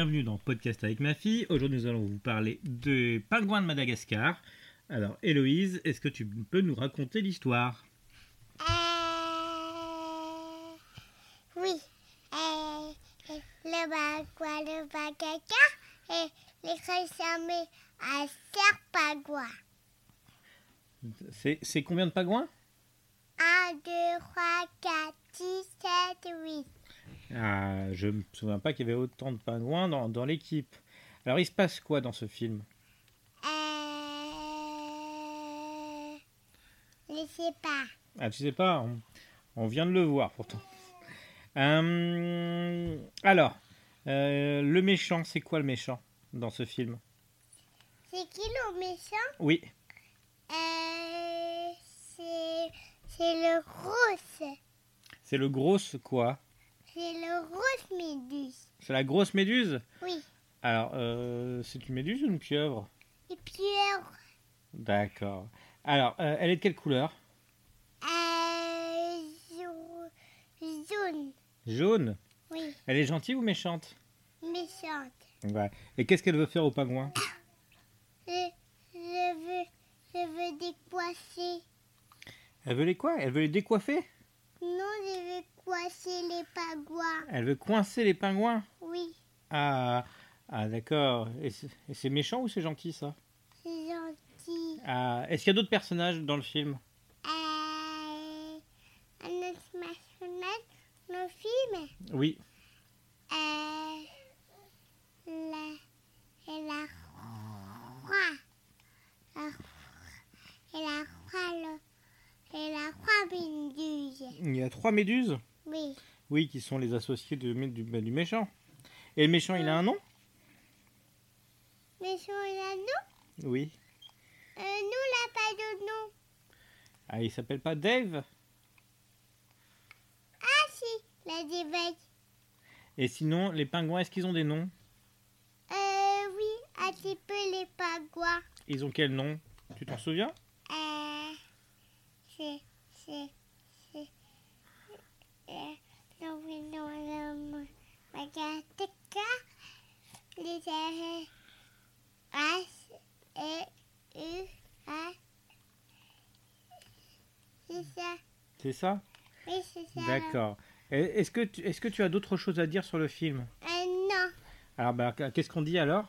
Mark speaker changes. Speaker 1: Bienvenue dans Podcast avec ma fille. Aujourd'hui, nous allons vous parler des pingouins de Madagascar. Alors, Héloïse, est-ce que tu peux nous raconter l'histoire
Speaker 2: Euh, oui. Euh, le bagua, le bagaca et les ressemblés à serpagua.
Speaker 1: c'est, c'est combien de pingouins
Speaker 2: 1, 2, 3, 4, 6, 7, 8.
Speaker 1: ah, Je me souviens pas qu'il y avait autant de pingouins dans, dans l'équipe. Alors, il se passe quoi dans ce film
Speaker 2: Euh, je sais pas.
Speaker 1: Ah, tu sais pas, on, on vient de le voir pourtant. Hum, alors, euh, le méchant, c'est quoi le méchant dans ce film
Speaker 2: C'est qui le méchant
Speaker 1: Oui,
Speaker 2: Euh, c'est c'est le rose.
Speaker 1: c'est le gros quoi
Speaker 2: C'est le rose méduse.
Speaker 1: C'est la grosse méduse
Speaker 2: Oui.
Speaker 1: Alors, euh, c'est une méduse ou une pieuvre
Speaker 2: Et puis,
Speaker 1: D'accord. Alors, euh, elle est de quelle couleur
Speaker 2: Euh, zo- Zone,
Speaker 1: Jaune.
Speaker 2: oui,
Speaker 1: Elle est gentille ou méchante
Speaker 2: méchante.
Speaker 1: Ouais. Et qu'est-ce qu'elle veut faire au pingouin
Speaker 2: Je, je veux, je veux décoiffer.
Speaker 1: Elle veut les quoi Elle veut les décoiffer
Speaker 2: Non, je veux coiffer les pagouins.
Speaker 1: Elle veut coincer les pingouins
Speaker 2: Oui,
Speaker 1: Ah, ah d'accord. Et c'est et c'est méchant ou c'est gentil ça
Speaker 2: c'est gentil.
Speaker 1: Ah, Est-ce qu'il y a d'autres personnages dans le film
Speaker 2: Euh, un autre personnage, le film,
Speaker 1: Oui.
Speaker 2: euh, la, et la roi. La, et la roi, le, et la roi Binduse.
Speaker 1: Il y a trois méduses
Speaker 2: Oui,
Speaker 1: Oui, qui sont les associés du, mé- du- bah, du méchant. Et le méchant, il a un nom
Speaker 2: mais sur la nom,
Speaker 1: Oui.
Speaker 2: euh, nous, on n'a pas de nom.
Speaker 1: Ah, il s'appelle pas Dave
Speaker 2: Ah si, la débête.
Speaker 1: Et sinon, les pingouins, est-ce qu'ils ont des noms
Speaker 2: Euh, oui, un petit peu les pagouins.
Speaker 1: Ils ont quel nom Tu t'en souviens
Speaker 2: Euh, c'est, c'est, c'est, euh, non, oui, non, non, Magateka, les euh, H, E, U, A. C'est ça,
Speaker 1: C'est ça
Speaker 2: oui, c'est ça.
Speaker 1: D'accord. Et Est-ce que, tu- est-ce que tu as d'autres choses à dire sur le film
Speaker 2: Euh, non.
Speaker 1: Alors, bah, qu'est-ce qu'on dit alors